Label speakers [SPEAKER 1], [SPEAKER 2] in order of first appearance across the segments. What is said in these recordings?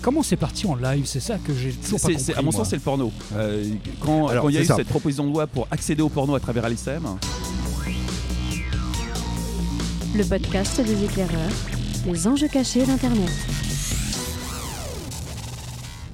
[SPEAKER 1] comment c'est parti en live C'est ça que j'ai toujours pas
[SPEAKER 2] C'est- c'est-
[SPEAKER 1] compris.
[SPEAKER 2] à mon
[SPEAKER 1] moi.
[SPEAKER 2] sens, c'est le porno. Euh, quand
[SPEAKER 3] Alors,
[SPEAKER 2] quand il y a eu
[SPEAKER 3] c'est ça.
[SPEAKER 2] cette proposition de loi pour accéder au porno à travers l'ICM,
[SPEAKER 4] Le podcast des éclaireurs, les enjeux cachés d'Internet.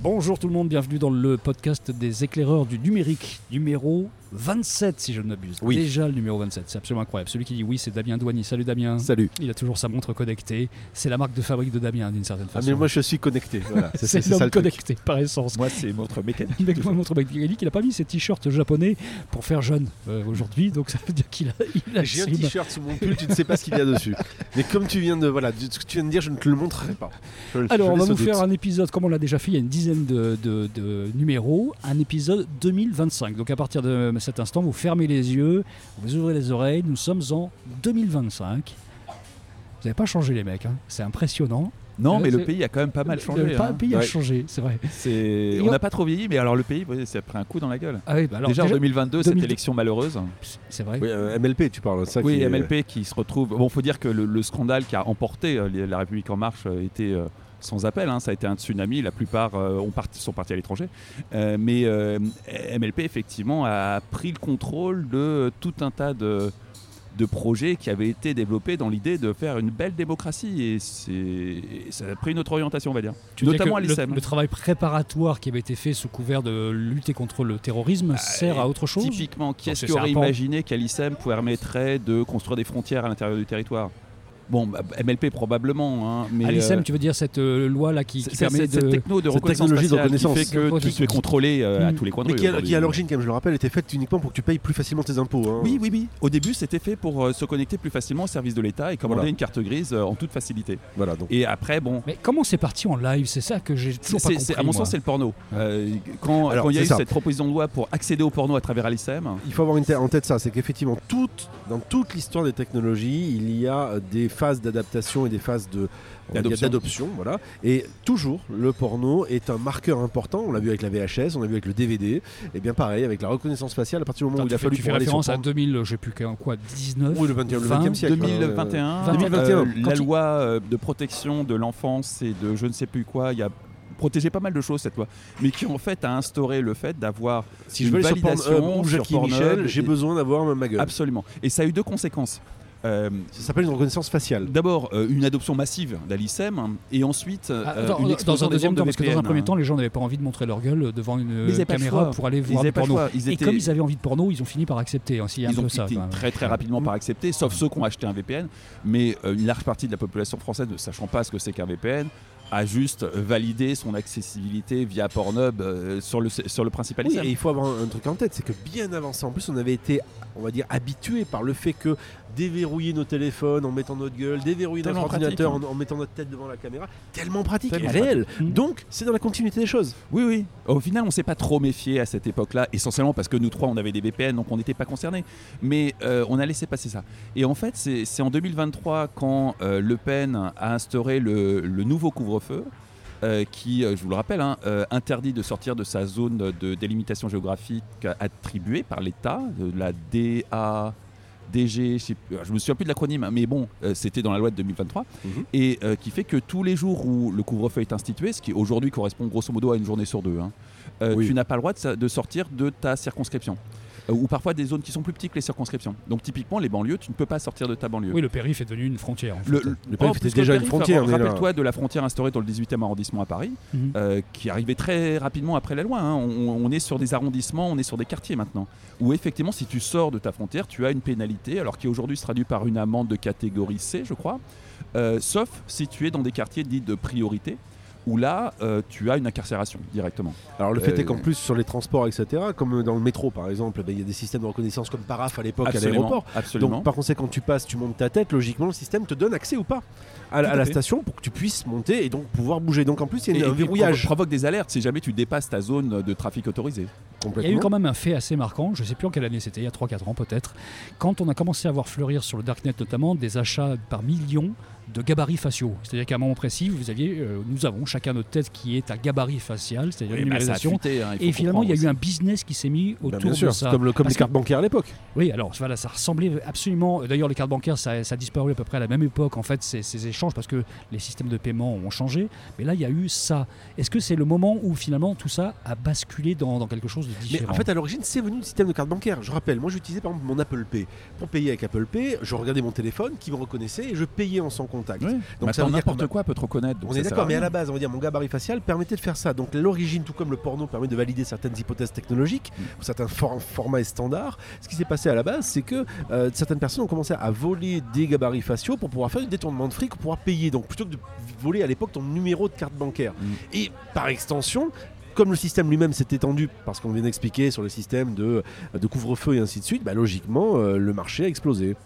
[SPEAKER 1] Bonjour tout le monde, bienvenue dans le podcast des éclaireurs du numérique, numéro 27 si je ne m'abuse.
[SPEAKER 3] Oui.
[SPEAKER 1] Déjà le numéro 27, c'est absolument incroyable. Celui qui dit oui, c'est Damien Douani. Salut Damien.
[SPEAKER 3] Salut.
[SPEAKER 1] Il a toujours sa montre connectée. C'est la marque de fabrique de Damien d'une certaine
[SPEAKER 3] Ah,
[SPEAKER 1] façon.
[SPEAKER 3] mais moi je suis connecté. Voilà. C'est
[SPEAKER 1] c'est
[SPEAKER 3] c'est ça
[SPEAKER 1] l'homme
[SPEAKER 3] le truc.
[SPEAKER 1] connecté par essence.
[SPEAKER 2] moi, c'est votre mécanique.
[SPEAKER 1] Mais moi, montre Baglioni, il a pas mis ses t-shirts japonais pour faire jeune euh, aujourd'hui, donc ça veut dire qu'il a, il
[SPEAKER 3] J'ai un
[SPEAKER 1] assume.
[SPEAKER 3] t-shirt sous mon pull, tu ne sais pas ce qu'il y a dessus. Mais comme tu viens de voilà, de- ce que tu viens de dire, je ne te le montrerai pas. Je- je
[SPEAKER 1] Alors, on va
[SPEAKER 3] laisse au
[SPEAKER 1] vous
[SPEAKER 3] doute.
[SPEAKER 1] faire un épisode, comme on l'a déjà fait, il y a une dizaine de, de- de numéros, un épisode 2025. Donc, à partir de cet instant, vous fermez les yeux, vous ouvrez les oreilles, nous sommes en 2025. Vous n'avez pas changé, les mecs, hein. c'est impressionnant.
[SPEAKER 2] Non,
[SPEAKER 1] Euh,
[SPEAKER 2] mais le
[SPEAKER 1] c'est-
[SPEAKER 2] pays a quand même pas mal
[SPEAKER 1] Le-
[SPEAKER 2] changé.
[SPEAKER 1] pas-
[SPEAKER 2] hein.
[SPEAKER 1] le pays a
[SPEAKER 3] Ouais.
[SPEAKER 1] changé, c'est vrai.
[SPEAKER 2] C'est-
[SPEAKER 1] Et
[SPEAKER 2] On
[SPEAKER 1] on-
[SPEAKER 2] n'a pas trop vieilli, mais alors le pays, ouais, c'est pris un coup dans la gueule.
[SPEAKER 1] Ah oui, bah alors,
[SPEAKER 2] déjà, en
[SPEAKER 1] déjà-
[SPEAKER 2] 2022, cette
[SPEAKER 1] 2000
[SPEAKER 2] élection malheureuse.
[SPEAKER 1] c'est vrai.
[SPEAKER 3] Oui, euh, MLP, tu parles. Ça
[SPEAKER 2] Oui,
[SPEAKER 3] qui est-
[SPEAKER 2] MLP qui se retrouve. Bon, faut dire que le, le scandale qui a emporté euh, les- la République en marche euh, était euh, sans appel. hein. Ça a été un tsunami. La plupart euh, ont parti- sont partis à l'étranger. Euh, mais euh, MLP effectivement a pris le contrôle de euh, tout un tas de de projets qui avaient été développés dans l'idée de faire une belle démocratie et, c'est- et ça a pris une autre orientation, on va dire.
[SPEAKER 1] Tu veux dire
[SPEAKER 2] Notamment
[SPEAKER 1] que
[SPEAKER 2] à l'ISEM.
[SPEAKER 1] le, le travail préparatoire qui avait été fait sous couvert de lutter contre le terrorisme
[SPEAKER 2] Bah,
[SPEAKER 1] sert à autre chose
[SPEAKER 2] Typiquement, qui
[SPEAKER 1] Parce que
[SPEAKER 2] est-ce qui
[SPEAKER 1] c'est
[SPEAKER 2] aurait
[SPEAKER 1] un pan.
[SPEAKER 2] imaginé qu'Alicem permettrait de construire des frontières à l'intérieur du territoire Bon, bah, MLP probablement, hein, mais
[SPEAKER 1] À l'ISEM,
[SPEAKER 2] euh,
[SPEAKER 1] tu veux dire cette euh, loi-là qui,
[SPEAKER 2] c'est-
[SPEAKER 1] qui
[SPEAKER 2] c'est-
[SPEAKER 1] permet
[SPEAKER 2] c'est- cette
[SPEAKER 1] de.
[SPEAKER 2] techno de
[SPEAKER 3] cette
[SPEAKER 2] reconnaissance
[SPEAKER 3] technologie de
[SPEAKER 2] faciale qui
[SPEAKER 3] reconnaissance.
[SPEAKER 2] fait que
[SPEAKER 1] Ouais,
[SPEAKER 2] tu
[SPEAKER 1] qui-
[SPEAKER 2] es contrôlé euh, à
[SPEAKER 1] Mm.
[SPEAKER 2] tous les coins de
[SPEAKER 3] Mais
[SPEAKER 2] rue
[SPEAKER 3] qui, a-
[SPEAKER 2] aujourd'hui.
[SPEAKER 3] qui, à l'origine, comme je le rappelle, était faite uniquement pour que tu payes plus facilement tes impôts. hein.
[SPEAKER 2] Oui, oui, oui. Au début, c'était fait pour euh, se connecter plus facilement au service de l'État et commander
[SPEAKER 3] Voilà.
[SPEAKER 2] une carte grise euh, en toute facilité.
[SPEAKER 3] Voilà, donc.
[SPEAKER 2] Et après, bon,
[SPEAKER 1] Mais comment c'est parti en live C'est ça que j'ai toujours pas
[SPEAKER 2] c'est-
[SPEAKER 1] compris.
[SPEAKER 2] c'est- à mon
[SPEAKER 1] moi.
[SPEAKER 2] sens, c'est le porno. Euh, quand
[SPEAKER 3] Alors,
[SPEAKER 2] quand il y a
[SPEAKER 3] c'est
[SPEAKER 2] eu
[SPEAKER 3] ça.
[SPEAKER 2] cette proposition de loi pour accéder au porno à travers l'ISM,
[SPEAKER 3] Il faut avoir une tête- en tête ça, c'est qu'effectivement, toute, dans toute l'histoire des technologies, il y a euh, des phases d'adaptation et des phases de il y a
[SPEAKER 2] D'adoption.
[SPEAKER 3] d'adoption, voilà. Et toujours, le porno est un marqueur important. On l'a vu avec la VHS, on l'a vu avec le DVD, et Eh bien pareil avec la reconnaissance faciale. À partir du moment
[SPEAKER 1] Attends,
[SPEAKER 3] où il a
[SPEAKER 1] tu fais,
[SPEAKER 3] fallu
[SPEAKER 1] tu fais
[SPEAKER 3] pour aller
[SPEAKER 1] référence
[SPEAKER 3] sur
[SPEAKER 1] à
[SPEAKER 3] porno-
[SPEAKER 1] 2000, je sais plus qu'en quoi, 19
[SPEAKER 3] Oui, le 20e, le 20e siècle. euh, voilà, ouais, ouais.
[SPEAKER 2] 2021,
[SPEAKER 3] 2021.
[SPEAKER 2] euh,
[SPEAKER 1] Quand
[SPEAKER 2] la
[SPEAKER 1] il-
[SPEAKER 2] loi euh, de protection de l'enfance et de je ne sais plus quoi, il y a protégé pas mal de choses cette loi, mais qui en fait a instauré le fait d'avoir
[SPEAKER 3] euh, Si je
[SPEAKER 2] une
[SPEAKER 3] veux aller sur
[SPEAKER 2] validation
[SPEAKER 3] Pornhub ou
[SPEAKER 2] sur
[SPEAKER 3] Jackie
[SPEAKER 2] Pornhub
[SPEAKER 3] Michel,
[SPEAKER 2] et-
[SPEAKER 3] j'ai besoin d'avoir ma gueule.
[SPEAKER 2] absolument. Et ça a eu deux conséquences. Euh,
[SPEAKER 3] Ça s'appelle une reconnaissance faciale.
[SPEAKER 2] D'abord euh, une adoption massive d'Alicem hein, et ensuite euh,
[SPEAKER 1] Ah, dans-
[SPEAKER 2] une
[SPEAKER 1] dans
[SPEAKER 2] explosion
[SPEAKER 1] un
[SPEAKER 2] des
[SPEAKER 1] deuxième
[SPEAKER 2] ventes de
[SPEAKER 1] temps, parce que dans
[SPEAKER 2] VPN,
[SPEAKER 1] un premier
[SPEAKER 2] hein.
[SPEAKER 1] temps, les gens n'avaient pas envie de montrer leur gueule devant une
[SPEAKER 2] Mais ils avaient pas le
[SPEAKER 1] caméra
[SPEAKER 2] choix.
[SPEAKER 1] pour aller
[SPEAKER 2] ils
[SPEAKER 1] voir
[SPEAKER 2] avaient
[SPEAKER 1] du
[SPEAKER 2] pas le
[SPEAKER 1] porno.
[SPEAKER 2] choix. Ils
[SPEAKER 1] Et
[SPEAKER 2] étaient-
[SPEAKER 1] comme ils avaient envie de porno, ils ont fini par accepter aussi. Il y a un
[SPEAKER 2] Ils ont
[SPEAKER 1] peu ça.
[SPEAKER 2] fini
[SPEAKER 1] quand même. Mmh.
[SPEAKER 2] très très rapidement par accepter, sauf ceux qui ont acheté un VPN. Mais euh, une large partie de la population française, ne sachant pas ce que c'est qu'un VPN, a juste validé son accessibilité via Pornhub euh, sur, le, sur le principal
[SPEAKER 3] Oui,
[SPEAKER 2] ISM.
[SPEAKER 3] et il faut avoir un, un truc en tête, c'est que bien avant ça, en plus, on avait été, on va dire, habitué par le fait que déverrouiller nos téléphones en mettant notre gueule, déverrouiller notre
[SPEAKER 2] Tellement
[SPEAKER 3] ordinateur en, en mettant notre tête devant la caméra, tellement pratique
[SPEAKER 2] Tellement
[SPEAKER 3] et réel.
[SPEAKER 1] Mm.
[SPEAKER 3] Donc, c'est dans la continuité des choses.
[SPEAKER 2] Oui, oui. Au final, on s'est pas trop méfié à cette époque-là, essentiellement parce que nous trois, on avait des VPN, donc on n'était pas concernés. Mais euh, on a laissé passer ça. Et en fait, c'est c'est en 2023 quand euh, Le Pen a instauré le, le nouveau couvre-feu. euh, qui, euh, je vous le rappelle, hein, euh, interdit de sortir de sa zone de délimitation géographique attribuée par l'État, de la DA, DG, je, sais plus, je me souviens plus de l'acronyme, hein, mais bon, euh, c'était dans la loi de 2023,
[SPEAKER 3] Mhm.
[SPEAKER 2] et euh, qui fait que tous les jours où le couvre-feu est institué, ce qui aujourd'hui correspond grosso modo à une journée sur deux, hein, euh,
[SPEAKER 3] Oui.
[SPEAKER 2] tu n'as pas le droit de, sa- de sortir de ta circonscription. Euh, Ou parfois des zones qui sont plus petites que les circonscriptions. Donc typiquement les banlieues, tu ne peux pas sortir de ta banlieue.
[SPEAKER 1] Oui, le périph' est devenu une frontière. en fait.
[SPEAKER 2] Le,
[SPEAKER 3] Le périph'
[SPEAKER 2] oh, plus
[SPEAKER 3] était
[SPEAKER 2] que
[SPEAKER 3] déjà
[SPEAKER 2] le
[SPEAKER 3] une
[SPEAKER 2] périph',
[SPEAKER 3] frontière,
[SPEAKER 2] avant,
[SPEAKER 3] mais là-
[SPEAKER 2] Rappelle-toi de la frontière instaurée dans le 18e arrondissement à Paris,
[SPEAKER 1] Mhm.
[SPEAKER 2] euh, qui arrivait très rapidement après la loi. hein. On, on est sur des arrondissements, on est sur des quartiers maintenant, où effectivement, si tu sors de ta frontière, tu as une pénalité, alors qui aujourd'hui se traduit par une amende de catégorie C, je crois, euh, sauf si tu es dans des quartiers dits de priorité, où là, euh, tu as une incarcération directement.
[SPEAKER 3] Alors, le fait
[SPEAKER 2] Euh,
[SPEAKER 3] est qu'en plus, sur les transports, etc., comme dans le métro par exemple, ben, il y a des systèmes de reconnaissance comme Paraf à l'époque à l'aéroport.
[SPEAKER 2] absolument.
[SPEAKER 3] Donc, par conséquent, quand tu passes, tu montes ta tête, logiquement, le système te donne accès ou pas à, la-
[SPEAKER 2] Tout à
[SPEAKER 3] à la
[SPEAKER 2] fait.
[SPEAKER 3] station pour que tu puisses monter et donc pouvoir bouger. Donc, en plus, il y a
[SPEAKER 2] Et-
[SPEAKER 3] une-
[SPEAKER 2] et
[SPEAKER 3] un
[SPEAKER 2] puis,
[SPEAKER 3] verrouillage.
[SPEAKER 2] provo- provoque des alertes si jamais tu dépasses ta zone de trafic autorisé.
[SPEAKER 1] Il y a eu
[SPEAKER 3] Complètement.
[SPEAKER 1] quand même un fait assez marquant, je ne sais plus en quelle année c'était, il y a 3-4 ans peut-être, quand on a commencé à voir fleurir sur le Darknet notamment des achats par millions de gabarits faciaux. C'est-à-dire qu'à un moment précis, vous aviez, euh, nous avons chacun notre tête qui est un gabarit facial, c'est-à-dire
[SPEAKER 2] Oui,
[SPEAKER 1] une
[SPEAKER 2] bah, ça a
[SPEAKER 1] numérisation.
[SPEAKER 2] fuité, hein, faut
[SPEAKER 1] Et finalement, il y a eu
[SPEAKER 2] comprendre
[SPEAKER 1] un business qui s'est mis
[SPEAKER 3] Bah,
[SPEAKER 1] autour
[SPEAKER 3] bien
[SPEAKER 1] de
[SPEAKER 3] sûr,
[SPEAKER 1] ça.
[SPEAKER 3] comme, le, comme
[SPEAKER 1] Parce
[SPEAKER 3] les
[SPEAKER 1] que-
[SPEAKER 3] cartes bancaires à l'époque.
[SPEAKER 1] Oui, alors voilà, ça ressemblait absolument. D'ailleurs, les cartes bancaires, ça, ça a disparu à peu près à la même époque, en fait, ces, ces échanges, parce que les systèmes de paiement ont changé. Mais là, il y a eu ça. Est-ce que c'est le moment où finalement tout ça a basculé dans, dans quelque chose de
[SPEAKER 3] Mais
[SPEAKER 1] différent
[SPEAKER 3] en fait, à l'origine, c'est venu du système de carte bancaire. Je rappelle, moi j'utilisais par exemple mon Apple Pay. Pour payer avec Apple Pay, je regardais mon téléphone qui me reconnaissait et je payais en sans contact.
[SPEAKER 2] Oui.
[SPEAKER 3] Donc ça
[SPEAKER 2] Maintenant,
[SPEAKER 3] veut dire
[SPEAKER 2] Bah, n'importe
[SPEAKER 3] qu'on a-
[SPEAKER 2] quoi peut te reconnaître. donc
[SPEAKER 3] on
[SPEAKER 2] ça,
[SPEAKER 3] est
[SPEAKER 2] ça
[SPEAKER 3] d'accord,
[SPEAKER 2] va
[SPEAKER 3] mais à
[SPEAKER 2] bien.
[SPEAKER 3] la base, on va dire mon gabarit facial permettait de faire ça. Donc l'origine, tout comme le porno permet de valider certaines hypothèses technologiques,
[SPEAKER 2] Mm.
[SPEAKER 3] ou certains for- formats et standards, ce qui s'est passé à la base, c'est que euh, certaines personnes ont commencé à voler des gabarits faciaux pour pouvoir faire du détournement de fric, pour pouvoir payer. Donc plutôt que de voler à l'époque ton numéro de carte bancaire.
[SPEAKER 2] Mm.
[SPEAKER 3] Et par extension, comme le système lui-même s'est étendu, parce qu'on vient d'expliquer sur le système de, de couvre-feu et ainsi de suite, bah, logiquement, euh, le marché a explosé.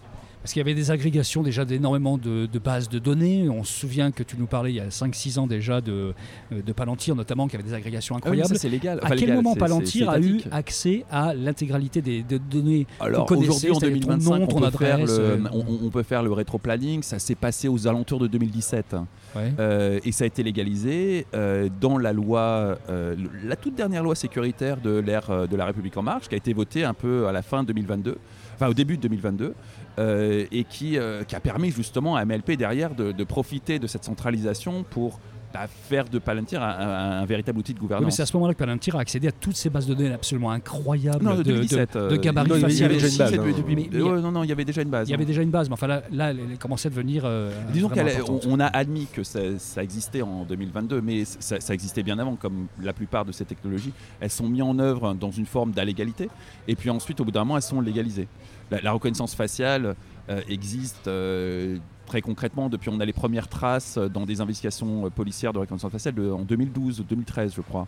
[SPEAKER 1] Parce qu'il y avait des agrégations déjà d'énormément de, de bases de données. On se souvient que tu nous parlais il y a 5-6 ans déjà de, euh, de Palantir, notamment, qui avait des agrégations
[SPEAKER 2] Ah oui, mais ça,
[SPEAKER 1] incroyables.
[SPEAKER 2] c'est
[SPEAKER 1] à
[SPEAKER 2] légal. Enfin,
[SPEAKER 1] quel
[SPEAKER 2] légal,
[SPEAKER 1] moment
[SPEAKER 2] c'est-
[SPEAKER 1] Palantir
[SPEAKER 2] c'est-
[SPEAKER 1] a
[SPEAKER 2] c'est
[SPEAKER 1] eu
[SPEAKER 2] étatique.
[SPEAKER 1] accès à l'intégralité des, des données
[SPEAKER 2] Alors
[SPEAKER 1] qu'on connaissait,
[SPEAKER 2] aujourd'hui en
[SPEAKER 1] c'est-à-dire ton
[SPEAKER 2] 2025,
[SPEAKER 1] nom,
[SPEAKER 2] on,
[SPEAKER 1] ton
[SPEAKER 2] peut faire
[SPEAKER 1] adresse,
[SPEAKER 2] le,
[SPEAKER 1] euh,
[SPEAKER 2] on, on- on peut faire le rétro-planning. Ça s'est passé aux alentours de 2017 hein.
[SPEAKER 1] Ouais.
[SPEAKER 2] Euh, et ça a été légalisé euh, dans la loi, euh, la toute dernière loi sécuritaire de l'ère euh, de la République en marche, qui a été votée un peu à la fin 2022, enfin au début de 2022, euh, et qui, euh, qui a permis justement à MLP derrière de, de profiter de cette centralisation pour bah, faire de Palantir un, un- un véritable outil de
[SPEAKER 1] Oui, mais
[SPEAKER 2] gouvernance.
[SPEAKER 1] c'est à ce moment-là que Palantir a accédé à toutes ces bases de données absolument incroyables
[SPEAKER 2] non,
[SPEAKER 1] de,
[SPEAKER 2] de
[SPEAKER 1] de-
[SPEAKER 2] 2017. euh,
[SPEAKER 1] de gabarit
[SPEAKER 2] non, il y avait- il
[SPEAKER 1] facial
[SPEAKER 2] y avait
[SPEAKER 1] aussi.
[SPEAKER 2] déjà une base,
[SPEAKER 3] C'est
[SPEAKER 2] hein.
[SPEAKER 3] depuis-
[SPEAKER 1] Mais- mais-
[SPEAKER 2] Ouais, non, non, il y avait déjà une base. hein.
[SPEAKER 1] Il y avait déjà une base, mais enfin là, là, elle elle commençait à devenir. euh,
[SPEAKER 2] Disons
[SPEAKER 1] vraiment
[SPEAKER 2] qu'on
[SPEAKER 1] importante.
[SPEAKER 2] on a admis que ça, ça existait en 2022, mais ça, ça existait bien avant, comme la plupart de ces technologies. Elles sont mises en œuvre dans une forme d'allégalité, et puis ensuite, au bout d'un moment, elles sont légalisées. La, la reconnaissance faciale euh, existe euh, très concrètement depuis on a les premières traces dans des investigations euh, policières de reconnaissance faciale de- en 2012, 2013, je crois.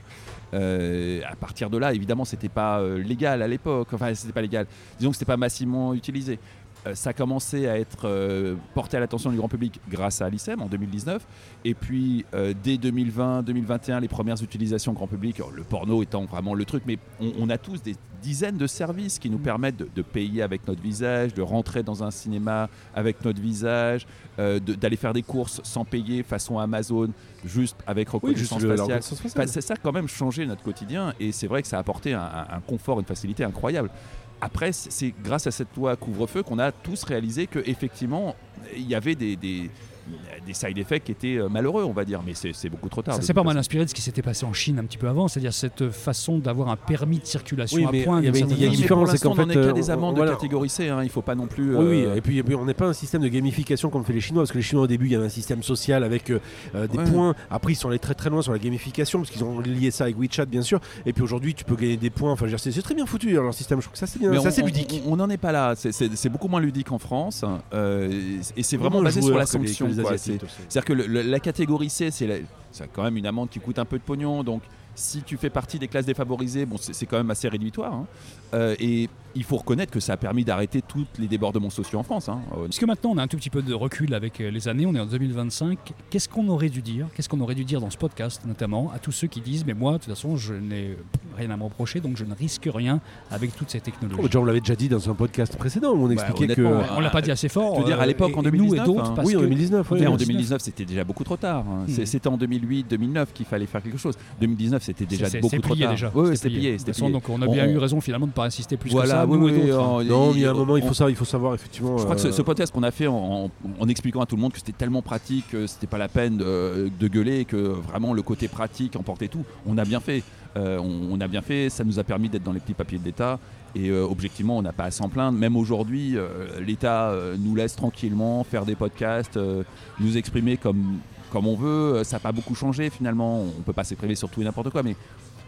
[SPEAKER 2] Euh, à partir de là, évidemment, c'était pas euh, légal à l'époque. Enfin, c'était pas légal. Disons que c'était pas massivement utilisé. Euh, ça a commencé à être euh, porté à l'attention du grand public grâce à l'ICEM en 2019. Et puis, euh, dès 2020-2021, les premières utilisations grand public, alors, le porno étant vraiment le truc, mais on, on a tous des dizaines de services qui nous permettent de, de payer avec notre visage, de rentrer dans un cinéma avec notre visage, euh, de- d'aller faire des courses sans payer façon Amazon, juste avec reconnaissance
[SPEAKER 3] le- la
[SPEAKER 2] faciale.
[SPEAKER 3] reconnaissance faciale.
[SPEAKER 2] Enfin, c'est Bah, ça quand même changé notre quotidien et c'est vrai que ça a apporté un, un- un confort, une facilité incroyable. Après, c'est- c'est grâce à cette loi couvre-feu qu'on a tous réalisé que effectivement il y avait des, des, des side effects qui étaient euh, malheureux, on va dire, mais c'est c'est beaucoup trop tard.
[SPEAKER 1] Ça
[SPEAKER 2] de
[SPEAKER 1] s'est
[SPEAKER 2] toute
[SPEAKER 1] pas mal
[SPEAKER 2] façon.
[SPEAKER 1] inspiré de ce qui s'était passé en Chine un petit peu avant, c'est-à-dire cette façon d'avoir un permis de circulation
[SPEAKER 3] Oui,
[SPEAKER 1] à
[SPEAKER 3] mais
[SPEAKER 1] point.
[SPEAKER 3] il y avait
[SPEAKER 1] d'une
[SPEAKER 3] une-
[SPEAKER 1] certaine
[SPEAKER 3] il y a une
[SPEAKER 1] façon.
[SPEAKER 2] Oui, mais pour
[SPEAKER 3] différence, c'est
[SPEAKER 2] l'instant,
[SPEAKER 3] qu'en
[SPEAKER 2] on n'en
[SPEAKER 3] fait,
[SPEAKER 2] est qu'à
[SPEAKER 3] euh,
[SPEAKER 2] des amendes
[SPEAKER 3] voilà.
[SPEAKER 2] de catégorie C, hein, il faut pas non plus.
[SPEAKER 3] Oui, oui,
[SPEAKER 2] euh,
[SPEAKER 3] et puis, et puis on n'est pas un système de gamification comme fait les Chinois, parce que les Chinois au début il y avait un système social avec euh, euh, des
[SPEAKER 2] Ouais.
[SPEAKER 3] points. Après ils sont allés très très loin sur la gamification, parce qu'ils ont lié ça avec WeChat bien sûr. Et puis aujourd'hui tu peux gagner des points. Enfin, je veux dire, c'est c'est très bien foutu hein, leur système. Je trouve que euh, ça c'est bien,
[SPEAKER 2] Mais
[SPEAKER 3] c'est
[SPEAKER 2] on-
[SPEAKER 3] assez
[SPEAKER 2] on-
[SPEAKER 3] ludique.
[SPEAKER 2] On n'en est pas là. C'est- C'est c'est beaucoup moins ludique en France. euh, et c'est vraiment
[SPEAKER 3] Moins
[SPEAKER 2] basé sur
[SPEAKER 3] joueur
[SPEAKER 2] la
[SPEAKER 3] que les- que
[SPEAKER 2] sanction.
[SPEAKER 3] les
[SPEAKER 2] quoi.
[SPEAKER 3] Asiatiques,
[SPEAKER 2] C'est-
[SPEAKER 3] aussi.
[SPEAKER 2] C'est-à-dire que le- le- la catégorie C, c'est la- c'est quand même une amende qui coûte un peu de pognon. Donc, si tu fais partie des classes défavorisées, bon, c'est c'est quand même assez rédhibitoire. hein. Euh, et il faut reconnaître que ça a permis d'arrêter tous les débordements sociaux en France. hein. Euh,
[SPEAKER 1] Parce que maintenant, on a un tout petit peu de recul avec euh, les années, on est en 2025. Qu'est-ce qu'on aurait dû dire Qu'est-ce qu'on aurait dû dire dans ce podcast, notamment, à tous ceux qui disent Mais moi, de toute façon, je n'ai rien à me reprocher, donc je ne risque rien avec toutes ces technologies.
[SPEAKER 3] Oh, déjà, on l'avait déjà dit dans un podcast précédent où on expliquait que.
[SPEAKER 2] Bah, honnêtement,
[SPEAKER 1] on l'a pas dit assez fort.
[SPEAKER 2] Je veux dire, à
[SPEAKER 1] euh,
[SPEAKER 2] l'époque,
[SPEAKER 1] et-
[SPEAKER 2] en
[SPEAKER 1] et nous et
[SPEAKER 2] 2019,
[SPEAKER 1] d'autres,
[SPEAKER 2] hein.
[SPEAKER 1] parce
[SPEAKER 3] Oui, en
[SPEAKER 1] que-
[SPEAKER 3] 2019. oui,
[SPEAKER 2] en
[SPEAKER 1] 2019.
[SPEAKER 2] 2019, c'était déjà beaucoup trop tard. hein. C'est-
[SPEAKER 1] Hmm.
[SPEAKER 2] C'était en 2008-2009 qu'il fallait faire quelque chose. 2019, c'était déjà
[SPEAKER 1] C'est- c'est-
[SPEAKER 2] beaucoup
[SPEAKER 1] c'est
[SPEAKER 2] trop
[SPEAKER 1] plié
[SPEAKER 2] tard.
[SPEAKER 1] Déjà.
[SPEAKER 2] Ouais,
[SPEAKER 1] C'est
[SPEAKER 2] c'était
[SPEAKER 1] De
[SPEAKER 2] plié.
[SPEAKER 1] toute
[SPEAKER 2] c'était
[SPEAKER 1] façon,
[SPEAKER 2] plié.
[SPEAKER 1] donc on a bien
[SPEAKER 2] On-
[SPEAKER 1] eu raison finalement de ne pas insister plus
[SPEAKER 2] Voilà,
[SPEAKER 1] que ça,
[SPEAKER 2] oui,
[SPEAKER 1] nous
[SPEAKER 2] oui,
[SPEAKER 1] et d'autres.
[SPEAKER 2] euh,
[SPEAKER 3] Non, mais à un
[SPEAKER 2] on-
[SPEAKER 3] moment il
[SPEAKER 2] on-
[SPEAKER 3] faut savoir, il faut savoir effectivement.
[SPEAKER 2] Je crois que ce,
[SPEAKER 3] euh,
[SPEAKER 2] ce podcast qu'on a fait en, en- en expliquant à tout le monde que c'était tellement pratique, que c'était pas la peine de, de gueuler, que vraiment le côté pratique emportait tout. On a bien fait. Euh, on, on a bien fait. Ça nous a permis d'être dans les petits papiers de l'État. Et euh, objectivement, on n'a pas à s'en plaindre. Même aujourd'hui, euh, l'État euh, nous laisse tranquillement faire des podcasts, euh, nous exprimer comme, comme on veut. Euh, Ça n'a pas beaucoup changé finalement. On peut pas s'exprimer sur tout et n'importe quoi. Mais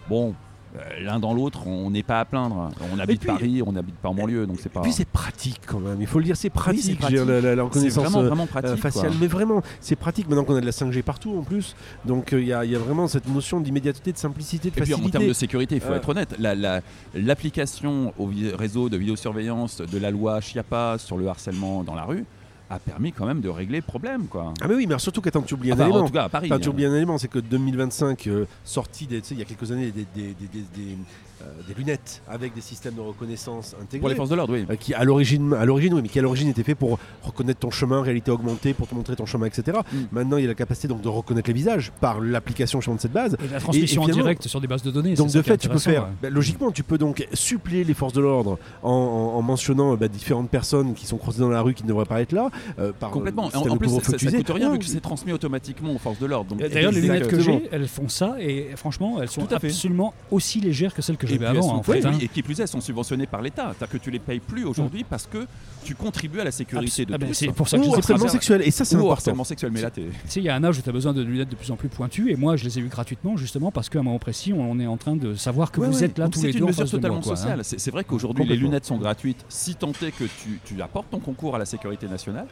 [SPEAKER 2] bon. euh, L'un dans l'autre, on n'est pas à plaindre. On habite
[SPEAKER 3] puis-
[SPEAKER 2] Paris, on n'habite pas en banlieue, donc c'est pas.
[SPEAKER 3] Et puis c'est pratique quand même. Il faut le dire, c'est pratique.
[SPEAKER 2] c'est
[SPEAKER 3] je veux dire,
[SPEAKER 2] pratique.
[SPEAKER 3] la- la, la
[SPEAKER 2] C'est
[SPEAKER 3] reconnaissance
[SPEAKER 2] vraiment,
[SPEAKER 3] euh,
[SPEAKER 2] vraiment pratique.
[SPEAKER 3] euh,
[SPEAKER 2] quoi.
[SPEAKER 3] faciale. Mais vraiment, c'est pratique maintenant qu'on a de la 5G partout en plus. Donc euh, il y, a- y a vraiment cette notion d'immédiateté, de simplicité, de
[SPEAKER 2] Et puis
[SPEAKER 3] facilité.
[SPEAKER 2] en termes de sécurité, il faut
[SPEAKER 3] Euh.
[SPEAKER 2] être honnête, la- la- l'application au vi- réseau de vidéosurveillance de la loi Chiapa sur le harcèlement dans la rue a permis quand même de régler le problème. Quoi.
[SPEAKER 3] Ah mais oui, mais surtout que tant que tu oublies un
[SPEAKER 2] Enfin, en
[SPEAKER 3] élément,
[SPEAKER 2] tout cas à Paris.
[SPEAKER 3] Enfin, tu
[SPEAKER 2] hein.
[SPEAKER 3] oublies un élément, c'est que 2025, euh, sorti des, tu sais, il y a quelques années des, des- des- des- des, euh, des lunettes avec des systèmes de reconnaissance intégrés.
[SPEAKER 2] Pour les forces de l'ordre, oui.
[SPEAKER 3] euh, qui à l'origine, à l'origine, oui, mais qui à l'origine était fait pour reconnaître ton chemin, réalité augmentée, pour te montrer ton chemin, etc.
[SPEAKER 2] Mm.
[SPEAKER 3] Maintenant, il y a la capacité donc de reconnaître les visages par l'application chemin de cette base.
[SPEAKER 1] Et la transmission en
[SPEAKER 3] finalement-
[SPEAKER 1] direct sur des bases de données.
[SPEAKER 3] Donc
[SPEAKER 1] c'est ça
[SPEAKER 3] de
[SPEAKER 1] qui est
[SPEAKER 3] fait, tu peux
[SPEAKER 1] intéressant,
[SPEAKER 3] faire.
[SPEAKER 1] ouais.
[SPEAKER 3] bah, logiquement, tu peux donc supplier les forces de l'ordre en, en- en mentionnant euh, bah, différentes personnes qui sont croisées dans la rue qui ne devraient pas être là. euh, par
[SPEAKER 2] Complètement.
[SPEAKER 3] le
[SPEAKER 2] En,
[SPEAKER 3] système
[SPEAKER 2] en
[SPEAKER 3] de
[SPEAKER 2] plus, ça,
[SPEAKER 3] couvre-feu
[SPEAKER 2] ça,
[SPEAKER 3] que tu
[SPEAKER 2] ça
[SPEAKER 3] disais.
[SPEAKER 2] coûte rien
[SPEAKER 3] Non,
[SPEAKER 2] vu que c'est transmis automatiquement aux forces de l'ordre. Donc,
[SPEAKER 1] Ah D'ailleurs, les lunettes que
[SPEAKER 3] Exactement.
[SPEAKER 1] j'ai, elles font ça et franchement, elles sont
[SPEAKER 2] Tout à fait.
[SPEAKER 1] absolument aussi légères que celles que
[SPEAKER 2] Et
[SPEAKER 1] j'avais
[SPEAKER 2] puis elles
[SPEAKER 1] avant.
[SPEAKER 2] sont-
[SPEAKER 1] En fait,
[SPEAKER 2] oui,
[SPEAKER 1] hein.
[SPEAKER 2] oui, et qui plus est, elles sont subventionnées par l'État. C'est-à-dire que tu les payes plus aujourd'hui parce que tu contribues à la sécurité
[SPEAKER 1] Abs-
[SPEAKER 2] de
[SPEAKER 1] ah ben,
[SPEAKER 2] tous.
[SPEAKER 1] c'est pour ça que je
[SPEAKER 3] Ou
[SPEAKER 1] dis
[SPEAKER 3] harcèlement
[SPEAKER 2] travers-
[SPEAKER 3] sexuel. Et ça, c'est
[SPEAKER 2] Ou au
[SPEAKER 3] important.
[SPEAKER 2] harcèlement sexuel, mais là, t'es-
[SPEAKER 1] Tu sais, il y a un âge où tu as besoin de lunettes de plus en plus pointues, et moi je les ai eues gratuitement justement parce qu'à un moment précis, on, on est en train de savoir que
[SPEAKER 2] Ouais,
[SPEAKER 1] vous
[SPEAKER 2] ouais.
[SPEAKER 1] êtes là
[SPEAKER 2] Donc
[SPEAKER 1] tous
[SPEAKER 2] c'est
[SPEAKER 1] les deux
[SPEAKER 2] une
[SPEAKER 1] en
[SPEAKER 2] mesure
[SPEAKER 1] face de
[SPEAKER 2] totalement
[SPEAKER 1] moi. quoi, hein.
[SPEAKER 2] sociale. C'est c'est vrai qu'aujourd'hui, les
[SPEAKER 3] Complètement.
[SPEAKER 2] lunettes sont gratuites si tant est que tu, tu apportes ton concours à la sécurité nationale.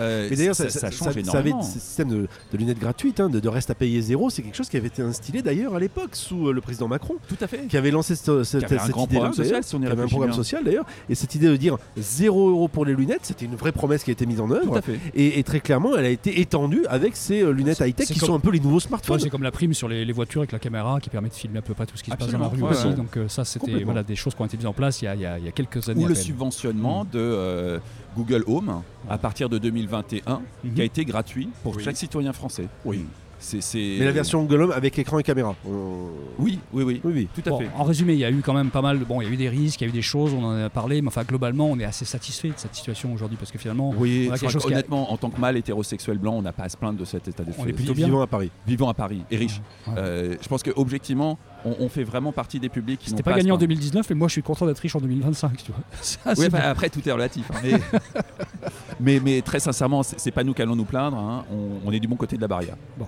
[SPEAKER 2] Euh,
[SPEAKER 3] Mais d'ailleurs,
[SPEAKER 2] ça,
[SPEAKER 3] ça,
[SPEAKER 2] ça change
[SPEAKER 3] ça- ça avait
[SPEAKER 2] énormément.
[SPEAKER 3] ce système de, de lunettes gratuites, hein, de, de reste à payer zéro, c'est quelque chose qui avait été instillé d'ailleurs à l'époque sous euh, le président Macron,
[SPEAKER 2] Tout à fait.
[SPEAKER 3] qui avait lancé ce- cette,
[SPEAKER 2] Qui avait un
[SPEAKER 3] cette
[SPEAKER 2] grand
[SPEAKER 3] idée-là,
[SPEAKER 2] programme social,
[SPEAKER 3] d'ailleurs,
[SPEAKER 2] si on y
[SPEAKER 3] qui avait un
[SPEAKER 2] réfléchit
[SPEAKER 3] programme
[SPEAKER 2] bien.
[SPEAKER 3] social d'ailleurs, et cette idée de dire zéro euro pour les lunettes, c'était une vraie promesse qui a été mise en
[SPEAKER 2] Tout
[SPEAKER 3] œuvre,
[SPEAKER 2] à fait.
[SPEAKER 3] et, et très clairement, elle a été étendue avec ces euh, lunettes
[SPEAKER 1] C'est-
[SPEAKER 3] high-tech
[SPEAKER 1] c'est
[SPEAKER 3] qui
[SPEAKER 1] comme-
[SPEAKER 3] sont un peu les nouveaux
[SPEAKER 1] Ouais,
[SPEAKER 3] smartphones.
[SPEAKER 1] c'est comme la prime sur les, les voitures avec la caméra qui permet de filmer à peu près tout ce qui se passe dans
[SPEAKER 2] Absolument,
[SPEAKER 1] la rue
[SPEAKER 2] ouais,
[SPEAKER 1] aussi.
[SPEAKER 2] ouais.
[SPEAKER 1] Donc euh, ça, c'était
[SPEAKER 3] Complètement.
[SPEAKER 1] voilà, des choses qui ont été mises en place il y a, il y a- il y a quelques années.
[SPEAKER 2] Ou
[SPEAKER 1] à
[SPEAKER 2] le
[SPEAKER 1] peine. Mm.
[SPEAKER 2] subventionnement de euh, Google Home à partir de 2021,
[SPEAKER 1] Mhm.
[SPEAKER 2] qui a été gratuit pour
[SPEAKER 3] Oui.
[SPEAKER 2] chaque citoyen français. Oui. C'est. c'est-
[SPEAKER 3] Mais la version Golem avec écran et caméra. Euh,
[SPEAKER 2] Oui, oui, oui.
[SPEAKER 3] Oui, oui.
[SPEAKER 2] Tout à
[SPEAKER 1] Bon,
[SPEAKER 2] fait.
[SPEAKER 1] En résumé, il y a eu quand même pas mal. de- Bon, il y a eu des risques, il y a eu des choses, on en a parlé, mais enfin globalement, on est assez satisfait de cette situation aujourd'hui parce que finalement,
[SPEAKER 2] Oui,
[SPEAKER 1] Ouais,
[SPEAKER 2] je
[SPEAKER 1] quelque
[SPEAKER 2] crois
[SPEAKER 1] chose qui a-
[SPEAKER 2] honnêtement, en tant que mâle hétérosexuel blanc, on n'a pas à se plaindre de cet état de
[SPEAKER 1] On est plutôt
[SPEAKER 3] Plutôt
[SPEAKER 1] bien.
[SPEAKER 3] vivant à Paris.
[SPEAKER 2] Vivant à Paris et riche.
[SPEAKER 1] Ouais.
[SPEAKER 2] Euh, je pense que objectivement, on, on fait vraiment partie des publics qui n'ont
[SPEAKER 1] c'était
[SPEAKER 2] pas.
[SPEAKER 1] pas
[SPEAKER 2] à se
[SPEAKER 1] gagné en
[SPEAKER 2] plaindre.
[SPEAKER 1] 2019, mais moi je suis content d'être riche en 2025, tu vois. Ça,
[SPEAKER 2] Oui, bah,
[SPEAKER 1] c'est
[SPEAKER 2] enfin, après, tout est relatif. hein, mais... mais, mais très sincèrement, c'est c'est pas nous qui allons nous plaindre. hein, On, on est du bon côté de la barrière.
[SPEAKER 1] Bah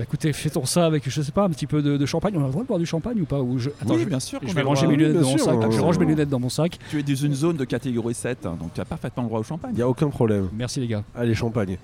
[SPEAKER 1] écoutez, fait-on ça avec, je sais pas, un petit peu de, de champagne On a le droit de boire du champagne ou pas ou je... Attends,
[SPEAKER 2] Oui,
[SPEAKER 1] je,
[SPEAKER 2] bien sûr.
[SPEAKER 1] je
[SPEAKER 2] qu'on a
[SPEAKER 1] vais
[SPEAKER 2] le
[SPEAKER 1] ranger
[SPEAKER 2] droit.
[SPEAKER 1] mes lunettes
[SPEAKER 3] bien
[SPEAKER 1] dans mon
[SPEAKER 3] sûr,
[SPEAKER 1] sac.
[SPEAKER 3] on-
[SPEAKER 1] Je range mes lunettes dans mon sac.
[SPEAKER 2] Tu es dans une zone de catégorie 7, hein, donc tu as parfaitement le droit au champagne.
[SPEAKER 3] Il n'y a aucun problème.
[SPEAKER 1] Merci les gars.
[SPEAKER 3] Allez, champagne.